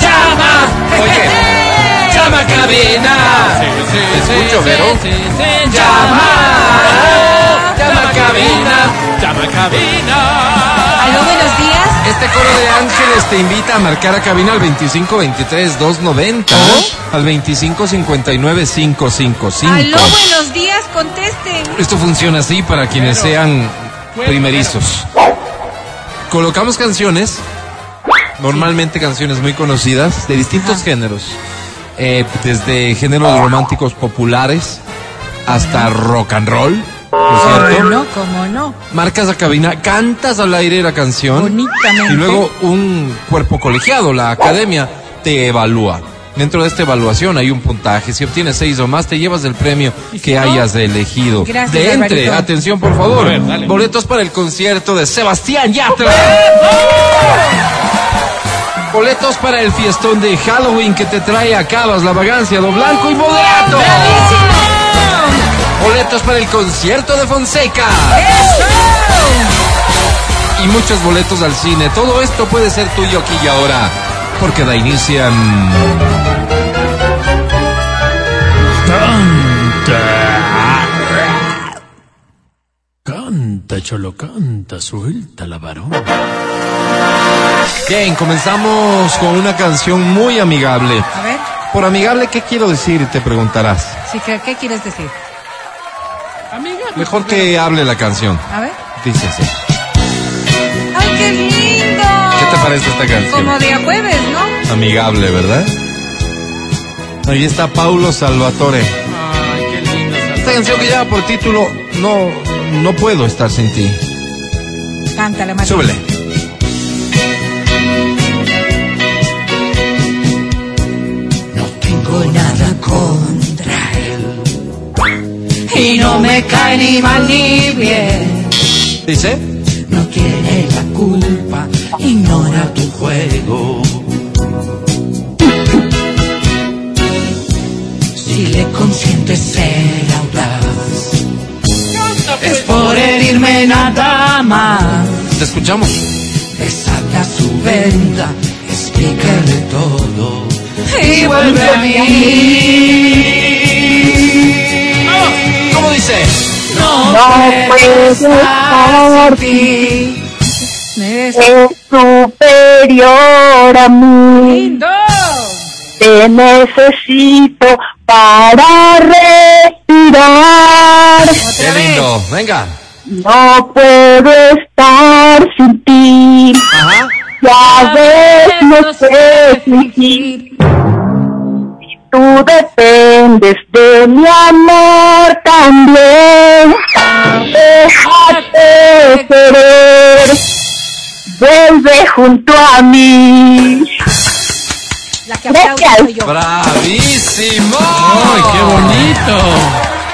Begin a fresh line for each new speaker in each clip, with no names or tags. llama.
Oye.
Llama a cabina.
Mucho, Vero.
Llama. Llama a cabina.
Llama a cabina.
Aló, buenos días.
Este coro de ángeles te invita a marcar a cabina al 2523-290. Al 2559-555.
Aló, buenos días, contesten.
Esto funciona así para quienes sean primerizos. Colocamos canciones, normalmente canciones muy conocidas, de distintos géneros. Eh, desde géneros románticos populares hasta rock and roll, ¿no es cierto?
¿Cómo no? ¿Cómo no?
Marcas a cabina, cantas al aire la canción.
Bonitamente.
Y luego un cuerpo colegiado, la academia, te evalúa. Dentro de esta evaluación hay un puntaje. Si obtienes seis o más, te llevas el premio
¿Y si
que
no?
hayas elegido.
Gracias,
de entre,
Alvarito.
atención por favor.
A ver, dale.
Boletos para el concierto de Sebastián Yatra. Boletos para el fiestón de Halloween que te trae a Cabas, La Vagancia, Lo Blanco y Moderato. Boletos para el concierto de Fonseca. Y muchos boletos al cine. Todo esto puede ser tuyo aquí y ahora. Porque da inicio en-
Canta, cholo, canta, suelta la varón.
Bien, comenzamos con una canción muy amigable.
A ver,
Por amigable, ¿qué quiero decir? Te preguntarás.
sí, ¿qué, qué quieres decir?
Mejor que hable la canción.
A ver.
Dice así.
¡Ay, qué lindo!
¿Qué te parece esta canción?
Como de a jueves, ¿no?
Amigable, ¿verdad? Ahí está Paulo Salvatore.
Ay, qué lindo.
Esta canción que lleva por título No, no puedo estar sin ti.
Cántala, Martín.
Súbele.
No tengo nada contra él. Y no me cae ni mal ni bien.
Dice.
No tiene la culpa, ignora tu juego. Si le consientes ser audaz,
pues.
es por herirme nada más.
Te escuchamos.
Desata su venda, explícale todo y vuelve a mí.
¿Cómo dice?
No, puedo
Pues,
estar sin ti.
Es
es superior a mí.
lindo.
Te necesito para respirar.
Qué lindo. Venga.
No puedo estar sin ti.
Ajá.
Ya ves, no sé fingir. Tú dependes de mi amor también. Déjate querer. Vuelve junto a mí.
La que aplaudo soy yo.
¡Bravísimo!
Ay, qué bonito.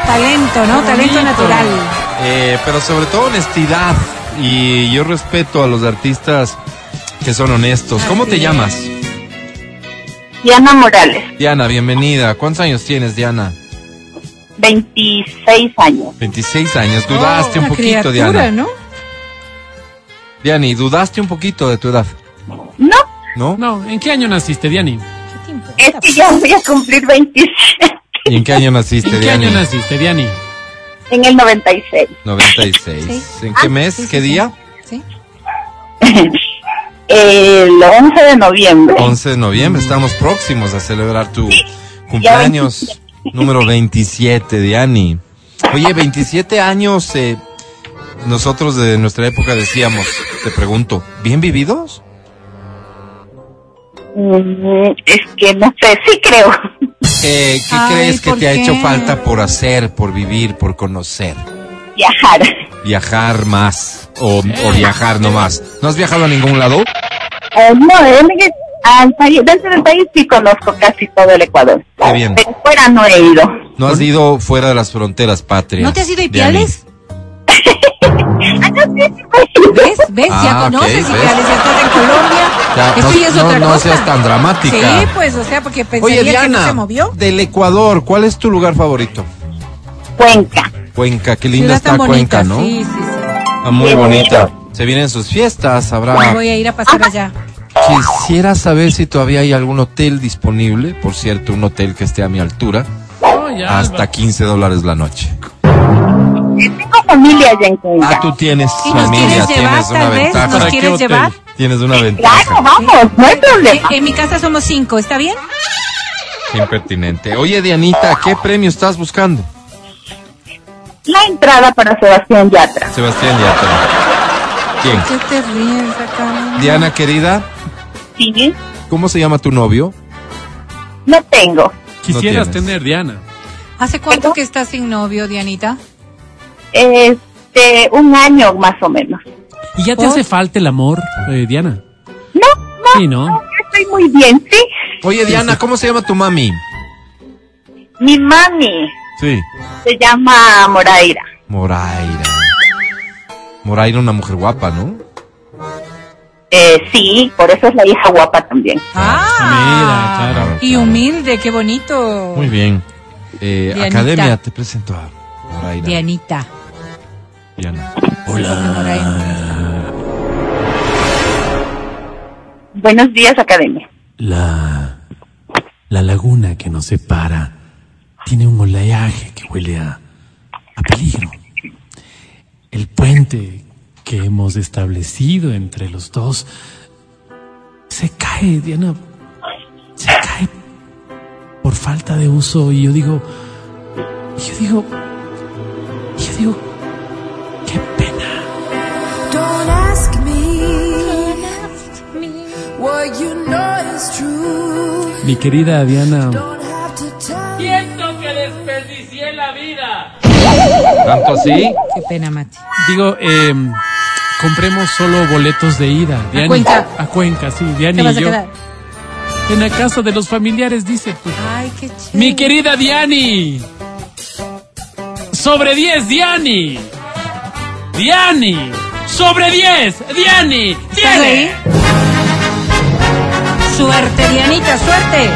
Talento, ¿no? Talento natural.
Eh, pero sobre todo honestidad. Y yo respeto a los artistas que son honestos. ¿Cómo te
Así es.
llamas?
Diana Morales.
Diana, bienvenida. ¿Cuántos años tienes, Diana?
26 años.
26 años. Dudaste un
Una
poquito,
criatura,
Diana.
¿no?
Diani, dudaste un poquito de tu edad,
No,
¿no?
No, ¿en qué año naciste, Diani?
¿Qué te importa?
es que ya voy a cumplir 27
¿Y en qué año naciste,
¿En qué
Diani?
año naciste, Diani?
en el 96.
96.
Sí.
¿En qué
Ah,
mes?
sí, sí,
¿Qué
sí.
día?
Sí.
El 11 de noviembre.
11 de noviembre. Estamos próximos a celebrar tu cumpleaños número 27, Diani. Oye, 27 años. eh, nosotros de nuestra época decíamos, te pregunto, ¿bien vividos?
Mm, Es que no sé, sí creo.
Eh, ¿Qué
Ay,
crees que
¿por
te ha hecho
qué?
falta por hacer, por vivir, por conocer?
Viajar. Eh,
Viajar más o, o viajar no más. ¿No has viajado a ningún lado?
Eh, no, en el- al país- dentro del país sí conozco casi todo el Ecuador.
Qué bien.
Pero fuera no he ido.
No has ido fuera de las fronteras patrias.
¿No te has ido a
Diani.
Ipiales?
Ah, no, sí,
Ah, ok,
¿Ves? ¿Ves? ya conoces
sí, sí.
¿ves?
Ipiales, ya estás en Colombia.
Ya,
Esto
no-
ya es
no-
otra
no
cosa.
seas tan dramática.
Sí, pues, o sea, porque pensaría
Oye,
que no
Diana,
se movió.
del Ecuador, ¿cuál es tu lugar favorito?
Cuenca.
Cuenca, qué linda
Ciudad tan
está Cuenca,
bonita,
¿no?
Sí, sí, sí.
Ah, muy
Qué
bonita. Se vienen sus fiestas, habrá
Voy a ir a pasar allá.
fiestas Quisiera saber si todavía hay algún hotel disponible, por cierto, un hotel que esté a mi altura,
No, ya,
hasta 15 dólares la noche.
Eh, Tengo familia ya en
Ah,
Cuenca.
tú tienes
¿Y nos
familia,
quieres llevar
tienes una
tal vez? ¿Nos
ventaja.
qué
quieres
hotel?
llevar?
Tienes una ventaja.
Claro, vamos, no hay
En,
problema.
en mi casa somos cinco, ¿está bien?
Qué impertinente. Oye, Dianita, ¿qué premio estás buscando?
La entrada para Sebastián Yatra.
Sebastián Yatra. ¿Quién?
¿Qué te ríes acá?
Diana, querida,
Sí,
¿cómo se llama tu novio?
no tengo.
Quisieras
No tienes.
tener, Diana.
¿Hace cuánto que estás sin novio, Dianita?
Este, un año más o menos.
¿Y ya te
¿Por?
hace falta el amor, eh, Diana?
No, no,
Sí, ¿no?
no, yo estoy muy bien, sí.
Oye, Diana, ¿cómo se llama tu mami?
Mi mami
Sí.
se llama Moraira.
Moraira. Moraira, una mujer guapa, ¿no?
Eh, sí, por eso es la hija guapa también.
Ah, Mira, claro.
Ah. Y humilde, qué bonito.
Muy bien. Eh,
Dianita.
Academia, te presento a Moraira.
Dianita.
Diana. Ah.
Hola.
Buenos días, academia.
La, la laguna que nos separa tiene un oleaje que huele a, a peligro. El puente que hemos establecido entre los dos se cae, Diana. Se cae por falta de uso y yo digo, y yo digo, y yo digo, qué pena.
Don't ask me what you know is true.
Mi querida Diana,
Don't have to tell me.
¿Tanto así?
Qué pena, Mati.
digo, em, compremos solo boletos de ida. Diana,
Cuenca.
A Cuenca, sí, Diana
¿Te
y
vas a
yo.
quedar?
En la casa de los familiares, dice. pues.
Ay, qué chido.
Mi querida Diani. Sobre 10, Diani. Diani. Sobre 10, Diani.
¿Estás
Diani.
ahí? Suerte, Dianita, suerte.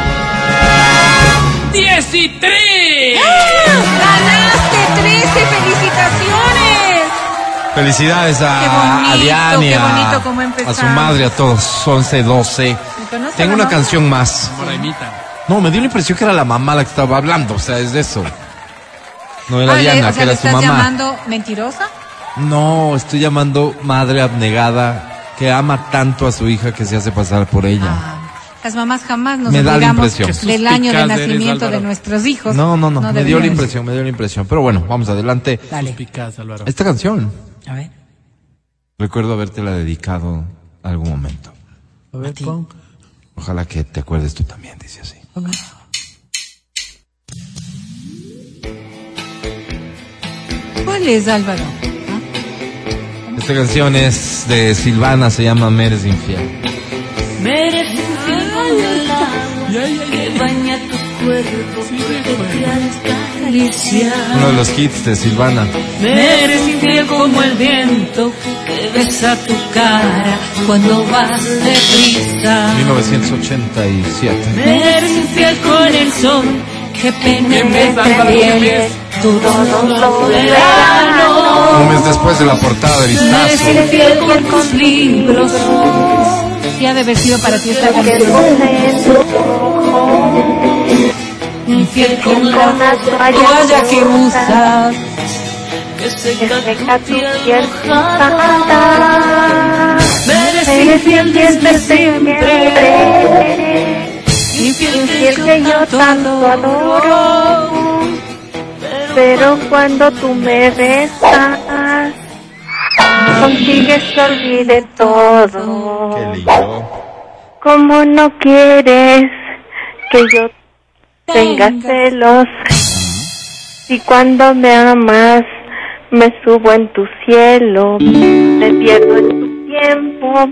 10 y 3.
¡Ah! ¡Ganaste 13! ¡Felicitaciones!
Felicidades a,
Qué bonito,
a Diani,
qué
a-
bonito cómo
a
empezamos.
su madre, a todos, 11, 12.
conoce
Tengo
la
una
mamá?
canción más. No, me dio la impresión que era la mamá la que estaba hablando, o sea, es de eso. No era
Ah, ¿le-
Diana,
o sea,
que
¿le
era su
estás
mamá.
llamando mentirosa?
No, estoy llamando madre abnegada que ama tanto a su hija que se hace pasar por ella.
Ah, las mamás jamás nos
Me da la
olvidamos
impresión.
Qué
del año de
suspicaz eres,
nacimiento de
Álvaro.
nuestros hijos.
no, no, no, me dio la
pues, deberíamos.
impresión, me dio la impresión. Pero bueno, vamos adelante.
Dale.
Álvaro.
Esta canción,
A ver.
recuerdo habértela dedicado algún momento.
A ver, pon.
Ojalá que te acuerdes tú también, dice así.
¿Cuál es, Álvaro?
Esta canción es de Silvana, se llama Meres Infiel. Uno de los hits de Silvana.
Eres infiel como el viento que besa tu cara cuando vas deprisa.
1987.
Eres infiel con el sol que penetra bien tu dolor de verano.
Un mes después de la portada del
Eres
Istazo.
infiel con tus libros.
Sí ha de haber sido para ti esta canción.
Infiel con la toalla que usas. Que seca tu piel mojada. Eres infiel desde siempre. Infiel que yo tanto adoro.
Pero cuando tú me besas, consigues que olvide todo.
Qué lindo.
Como no quieres que yo tenga celos. Y cuando me amas, me subo en tu cielo, me pierdo en tu tiempo.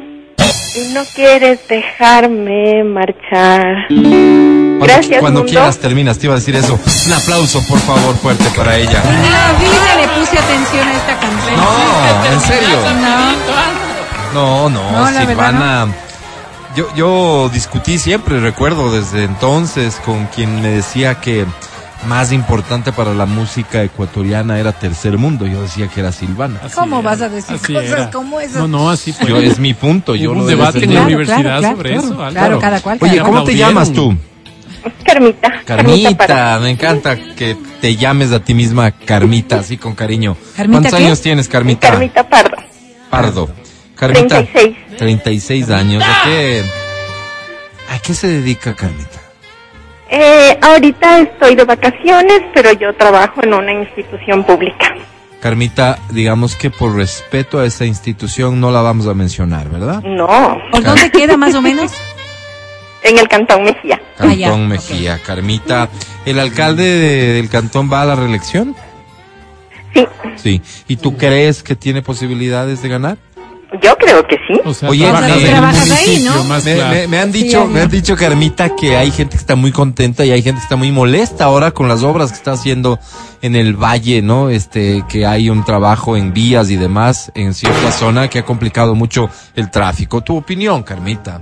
Y no quieres dejarme marchar.
Cuando,
Gracias,
cuando
mundo.
quieras terminas, te iba a decir eso. Un aplauso, por favor, fuerte para ella.
En la vida le puse atención a esta canción.
No, en serio. No, no,
No, la
Silvana. Yo, yo discutí siempre, recuerdo desde entonces, con quien me decía que más importante para la música ecuatoriana era Tercer Mundo. Yo decía que era Silvana.
Así
¿Cómo
era,
vas a decir
así
cosas
era.
como esas?
No, no, así fue.
Yo, es mi punto. Yo
Hubo
lo
un debate en
defendí.
la
Claro,
universidad
claro, claro,
sobre
claro.
eso. Álvaro.
Claro, cada cual.
Oye, ¿cómo te
Aplaudieron.
llamas tú?
Carmita.
Carmita,
Parra.
me encanta que te llames a ti misma Carmita, así con cariño.
¿Carmita
¿Cuántos
qué?
años tienes, Carmita?
Carmita Pardo.
Pardo. Carmita.
36.
36 años. ¿A qué, ¿A qué se dedica Carmita?
Eh, ahorita estoy de vacaciones, pero yo trabajo en una institución pública.
Carmita, digamos que por respeto a esta institución no la vamos a mencionar, ¿verdad?
No,
¿Por dónde queda más o menos?
en el Cantón Mejía.
Ah,
Cantón
ya,
Mejía. Carmita, ¿el alcalde de- del cantón va a la reelección?
Sí,
Sí. ¿Y tú crees que tiene posibilidades de ganar?
yo creo que sí.
O sea,
Oye,
trabajas
me-
en un
trabajas ahí,
municipio
¿no?
más
Me,
claro.
me- me han dicho, me han dicho Carmita que hay gente que está muy contenta y hay gente que está muy molesta ahora con las obras que está haciendo en el valle, ¿no? Este, que hay un trabajo en vías y demás en cierta zona que ha complicado mucho el tráfico. ¿Tu opinión, Carmita?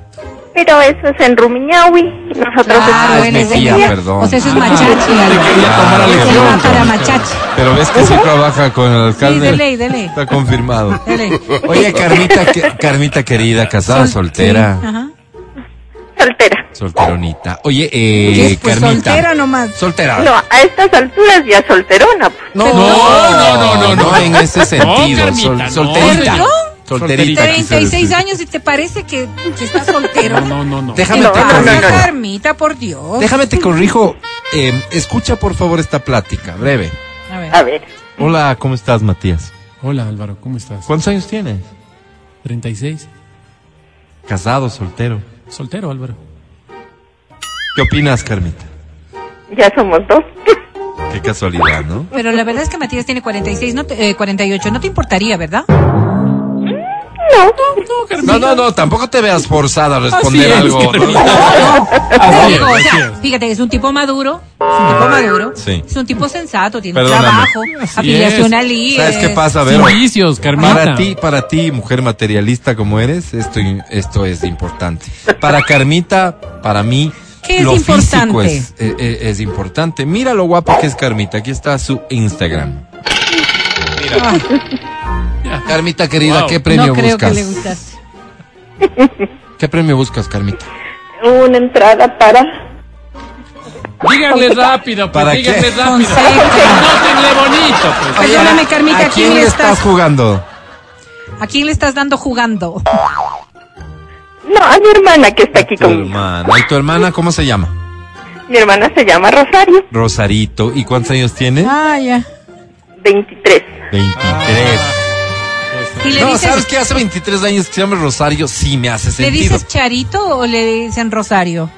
Pero eso es en Rumiñahui. Nosotros
Claro,
es
él
mi
Ah, es de
tía,
Mejía.
perdón.
O sea, eso es
Ah,
machachi. Álvaro.
quería tomar
Eso
alección,
va para
Carmen.
machachi.
Ah, Pero ves que sí trabaja con el alcalde.
Sí, dele, dele.
Está confirmado.
Dale.
Oye, Carmita, que- Carmita querida, casada, soltera,
Sí, ajá.
estamos soltera.
solteronita. Oye,
¿Qué
eh,
es? Pues
Carmita.
soltera nomás.
Soltera.
No, a estas alturas ya solterona. pues.
No,
No, no, no, no, no.
en ese sentido.
Carmita,
sol-
no.
solterita.
¿Perdón?
Solterita. quise
36
decir.
años y te parece que, que estás soltero.
No, no, no, no.
Déjame
No,
te
no,
Pasa,
corrijo.
Carmita, por Dios.
Déjame te corrijo. Eh, escucha por favor esta plática, breve.
A ver.
A ver,
Hola, ¿cómo estás, Matías?
Hola Álvaro, ¿cómo estás?
¿Cuántos años tienes?
36.
Casado, soltero.
Soltero Álvaro.
¿Qué opinas, Carmita?
ya somos dos.
Qué casualidad, ¿no?
Pero la verdad es que Matías tiene 46, no te- eh, 48. No te importaría, ¿verdad?
No,
No, no, no, tampoco te veas forzada a responder
Así es,
algo. ¿no?
Así es,
Digo, o
así
sea, fíjate, es un tipo maduro. Es un tipo maduro.
Ah, Sí.
Es un tipo sensato. Tiene un
Perdóname.
trabajo.
Así
afiliación
es.
al E IES.
¿Sabes qué pasa,
es.
Vero?
Sin vicios, Carmita.
Para ti, para ti, mujer materialista como eres, esto, esto es importante. Para Carmita, para mí,
¿Qué es
lo físico
importante?
es, eh, eh, es importante. Mira lo guapa que es Carmita. Aquí está su Instagram. Mira. Carmita querida,
Wow.
¿qué premio
Ah. No creo
buscas?
que le gustas.
¿Qué premio buscas, Carmita?
una entrada para.
Díganle rápido, pues,
¿Para qué?
díganle rápido.
Consejo.
Nótenle bonito, pues.
Perdóname, Carmita,
¿a quién le estás jugando?
¿A quién le estás dando jugando?
No, a mi hermana que está aquí
Tu
conmigo.
hermana. ¿Y tu hermana cómo se llama?
Mi hermana se llama Rosario,
Rosarito. ¿Y cuántos años tiene?
Ah, ya.
23.
23.
Y le
no, ¿sabes
dices,
qué? Hace 23 años que se llama Rosario, sí me hace
¿le
sentido. Ah,
dices Charito o le dicen Rosario?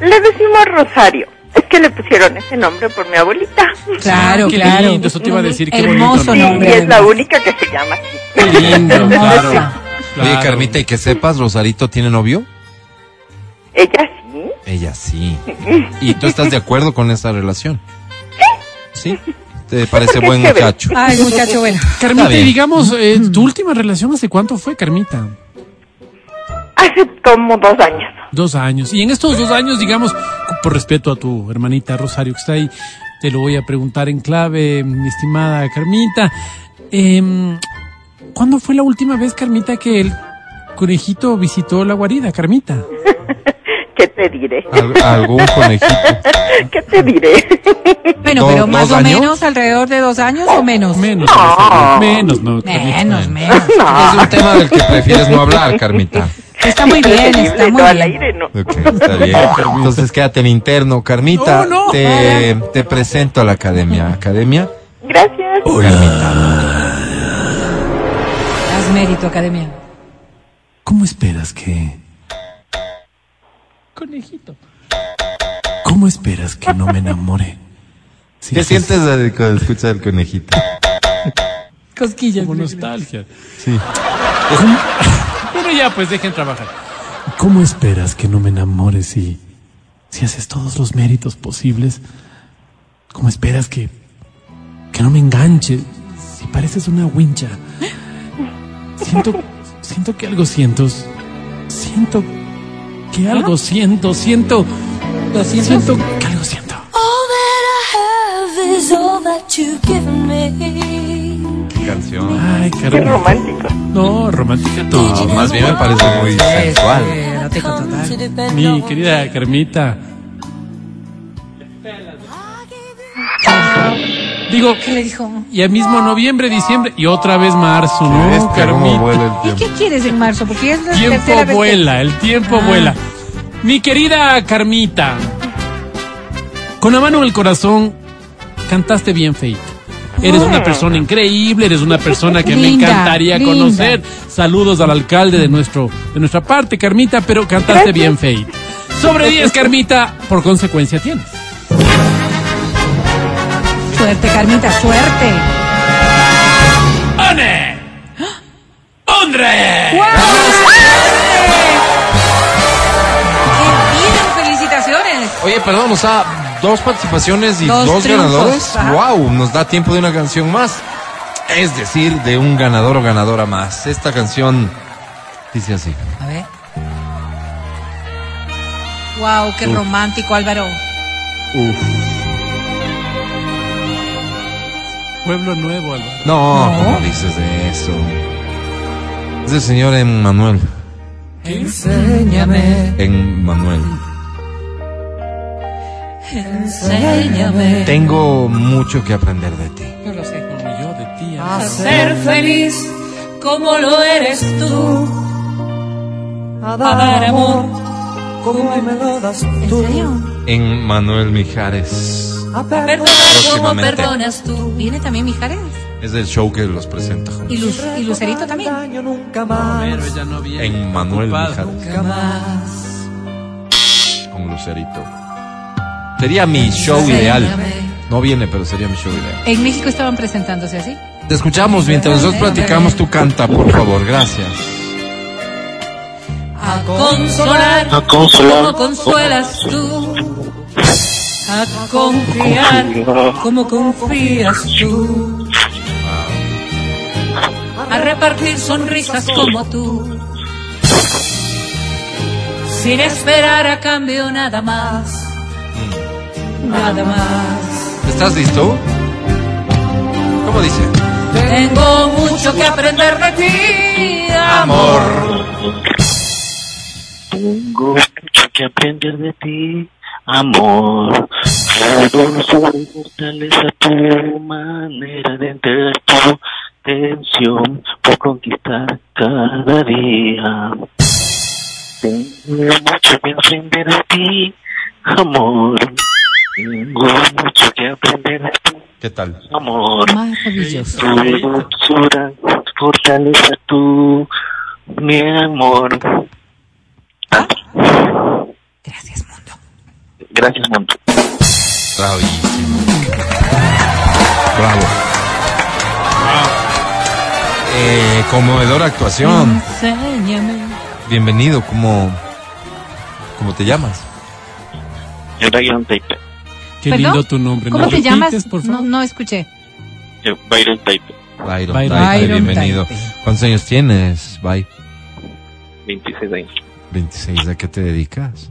Le decimos Rosario. Es que le pusieron ese nombre por mi abuelita.
Claro,
qué
claro.
lindo, eso te iba a decir, qué
Hermoso
bonito,
Sí,
¿no?
nombre.
y es la
además.
única que se llama así.
Qué lindo, claro.
Hermosa.
claro.
Oye, Carmita, y que sepas, Rosarito tiene novio.
Ella sí.
Ella sí. ¿Y tú estás de acuerdo con esa relación? Sí. ¿Te parece
Porque
buen
es chévere.
muchacho?
Ay, muchacho, bueno.
Carmita,
Está
y
bien.
digamos, eh, tu última relación hace cuánto fue, Carmita?
Hace como dos años.
Dos años. Y en estos dos años, digamos, cu- por respeto a tu hermanita Rosario que está ahí, te lo voy a preguntar en clave, mi estimada Carmita. Em, ¿Cuándo fue la última vez, Carmita, que el conejito visitó la guarida, Carmita?
¿Qué te diré?
Al- algún conejito.
¿Qué te diré?
Bueno,
¿Dos-
pero
dos
más o
años?
menos alrededor de dos años o menos.
Menos,
No.
Carmita, menos, ¿no? Carmita?
Menos, menos.
Es un tema del que prefieres no hablar, Carmita.
Está muy bien, está
Preferible,
muy
no al
bien.
aire, no.
Ok, está bien. Entonces quédate en interno, Carmita.
No, no.
te, te presento a la academia. Academia.
Gracias.
Haz mérito, academia.
¿Cómo esperas que... Conejito. ¿Cómo esperas que no me enamore? Si
¿Qué
estás
sientes al- cuando escuchas el conejito?
Cosquillas.
Como nostalgia.
Sí.
Pero ya, pues dejen trabajar.
¿Cómo esperas que no me enamore si, si haces todos los méritos posibles? ¿Cómo esperas que, que no me enganche si pareces una wincha? Siento, siento que algo siento. Siento
¿Ah?
que algo siento. Siento,
Lo siento.
siento que algo siento.
All that I have.
is all that you've given me.
Canción.
Ay,
Qué
Carolina.
romántico.
No, romántica
No,
todo.
Ah, más bien me parece muy sensual.
Eh, erótico total.
Mi querida Carmita. Digo,
¿Qué le dijo?
ya mismo noviembre, diciembre y otra vez marzo, ¿no?
Este, cómo
Carmita.
vuela el
¿Y
tiempo.
qué quieres en marzo? Porque ya es la
El
tercera
tiempo
vez Ah.
vuela, ¿eh? el tiempo vuela. Mi querida Carmita, con la mano en el corazón, cantaste bien feito. Eres una persona increíble, eres una persona que me
Ah. Linda,
encantaría
linda.
conocer. Saludos al alcalde de, nuestro, de nuestra parte, Carmita, pero cantaste bien feito. Sobre 10, Carmita, por consecuencia tienes.
Que... Suerte, Carmita, suerte.
¡One! ¡Hombre!
¡Guau! ¡Qué bien! ¡Felicitaciones!
Oye, perdón, o sea, dos participaciones y dos,
Dos triunfos,
ganadores.
ajá.
Wow, nos da tiempo de una canción más. Es decir, de un ganador o ganadora más. Esta canción dice así.
A ver. ¡Wow! ¡Qué romántico, Álvaro!
Pueblo Nuevo, Álvaro.
No, ¿cómo dices de eso? Es del señor Emmanuel. Enséñame. Emmanuel. Enséñame. Tengo mucho que aprender de ti.
Yo lo sé.
Como yo de ti,
Ah.
A ser feliz como lo eres tú. A dar amor
¿En serio?
Emmanuel Mijares.
Ah.
perdonar como
Próximamente.
perdonas tú.
¿Viene también Mijares?
Es del show que los presenta.
¿Y, Luz- y Lucerito también?
Pero ella no viene.
Emmanuel
Ocupado.
Mijares. Con Lucerito. Sería mi show ideal. No viene, pero sería mi show ideal.
En México estaban presentándose así.
Te escuchamos mientras nosotros platicamos. Tú canta, por favor. Gracias.
A consolar
A consolar.
como consuelas tú. A confiar como confías tú. A repartir sonrisas como tú. Sin esperar a cambio nada más. Nada más.
¿Estás listo? ¿Cómo dice?
Tengo mucho que aprender de ti,
Amor.
Tengo mucho que aprender de ti, amor. Todo sobre fortaleza tu manera de entregar tu tensión por conquistar cada día. Tengo mucho que aprender de ti, amor. Tengo mucho que aprender de ti,
¿Qué tal?
amor.
Maravilloso.
Tu dulzura, fortaleza tu, mi amor.
Gracias, mundo.
Gracias, mundo.
Bravísimo. Bravo. Eh, conmovedora actuación.
Enséñame.
Bienvenido. ¿Cómo, cómo te llamas?
Brian Tape.
Qué
¿Perdón?
lindo tu nombre.
¿Cómo
¿Me
te
repites,
llamas?
por
No,
favor?
no escuché.
Eh, Byron Tape,
Byron.
Byron.
Taipei,
Byron
bienvenido.
Taipei.
¿Cuántos años tienes, By?
26 años.
26. ¿A qué te dedicas?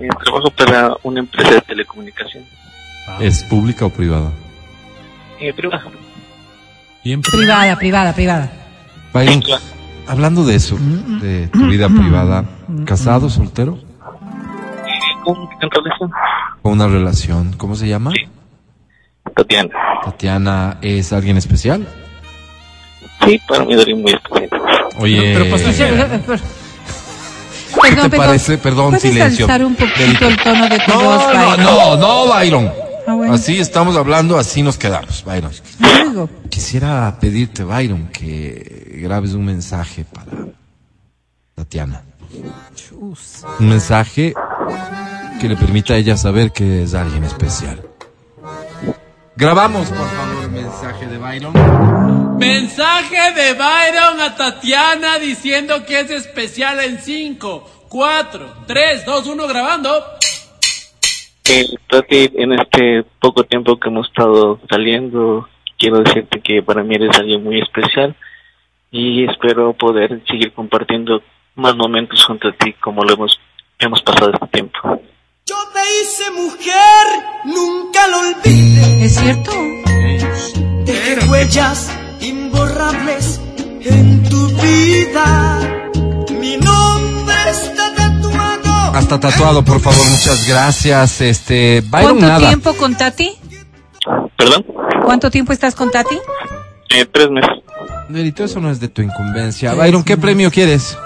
Eh, trabajo para una empresa de telecomunicación.
¿Es pública o privada?
Eh, trabajo.
Bien,
Privada, privada, privada.
Byron, hablando de eso, de tu vida privada, ¿casado, soltero?
¿Cómo en relación?
¿Con una relación? ¿Cómo se llama?
Tatiana.
Tatiana, ¿es alguien especial?
Sí, para mí Darío muy especial.
Oye,
pero
pues
pasó
¿qué te
Perdón,
parece? Perdón,
¿Puedes
silencio.
alzar un poquito
Del-
el tono de tu voz,
No, no,
Byron?
no, no, Byron.
Ah, bueno.
Así estamos hablando, así nos quedamos, Byron.
Luego.
Quisiera pedirte, Byron, que grabes un mensaje para Tatiana. Un mensaje que le permita a ella saber que es alguien especial. Grabamos, por favor, el mensaje de Byron.
Mensaje de Byron a Tatiana diciendo que es especial en 5, 4, 3, 2, 1 grabando.
Eh, Tati, en este poco tiempo que hemos estado saliendo, quiero decirte que para mí eres alguien muy especial y espero poder seguir compartiendo más momentos junto a ti como lo hemos, hemos pasado este tiempo.
Yo te hice mujer, nunca lo olvides.
¿Es cierto?
Dejé huellas imborrables en tu vida. Mi nombre está tatuado.
Hasta tatuado, por favor, muchas gracias. Este, Byron
¿Cuánto
nada.
tiempo con Tati?
¿Perdón?
¿Cuánto tiempo estás con Tati?
Eh, tres meses.
Nerito, eso no es de tu incumbencia. Byron, ¿qué premio quieres?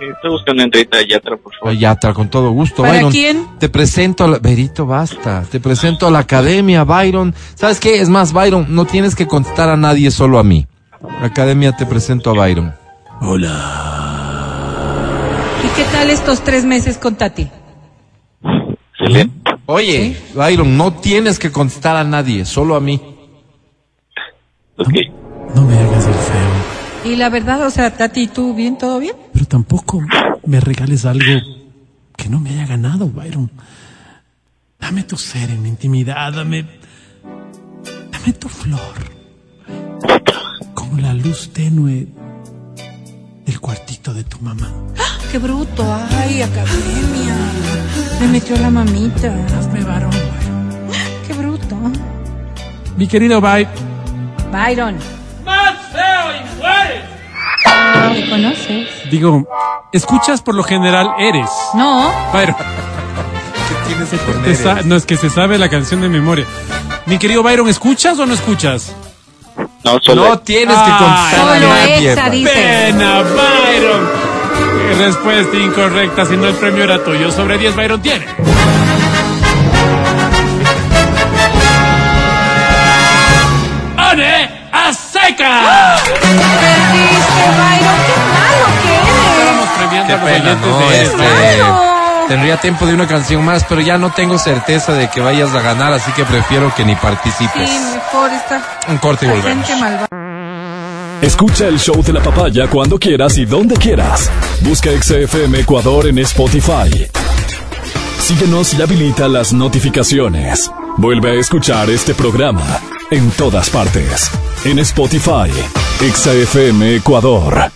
Eh, Estoy buscando entrada y atrás, por favor.
Yatra, con todo gusto,
¿Para
Byron.
quién?
Te presento a la... Berito, basta. Te presento a la academia, Byron. ¿Sabes qué? Es más, Byron, no tienes que contestar a nadie, solo a mí. Academia, te presento a Byron.
Hola.
¿Y qué tal estos tres meses con Tati?
Excelente.
Oye, Byron, no tienes que contestar a nadie, solo a mí.
Ok.
No me hagas el feo,
Y la verdad, o sea, Tati, ¿y tú bien? ¿Todo bien?
pero tampoco me regales algo que no me haya ganado, Byron. Dame tu ser en intimidad, dame. Dame tu flor. Como la luz tenue del cuartito de tu mamá.
¡Qué bruto! ¡Ay, academia! Me metió la mamita.
Hazme varón, Byron.
¡Qué bruto!
Mi querido Byron.
Byron. ¡Más feo y mueres! ¿Me conoces?
Digo, escuchas por lo general eres.
No.
Byron,
Tienes que
te sa- no es que se sabe la canción de memoria. Mi querido Byron, ¿escuchas o no escuchas?
No, solo.
No tienes que
Ay,
contestar a
solo
nadie.
esa
Byron.
dice.
Pena, Byron. Eh, Respuesta incorrecta, si no el premio era tuyo. Sobre 10, Byron tiene. ¡One a
¡Ah!
seca!
Perdiste, Byron. ¡Qué malo que eres!
Estamos premiando
Qué
a los
pena,
oyentes
¿no?
de
Este,
Claro.
tendría tiempo de una canción más, pero ya no tengo certeza de que vayas a ganar, así que prefiero que ni participes.
Sí, mejor esta
Un corte y volvemos.
gente malvada.
Escucha el show de la papaya cuando quieras y donde quieras. Busca XFM Ecuador en Spotify. Síguenos y habilita las notificaciones. Vuelve a escuchar este programa en todas partes. En Spotify, XFM Ecuador.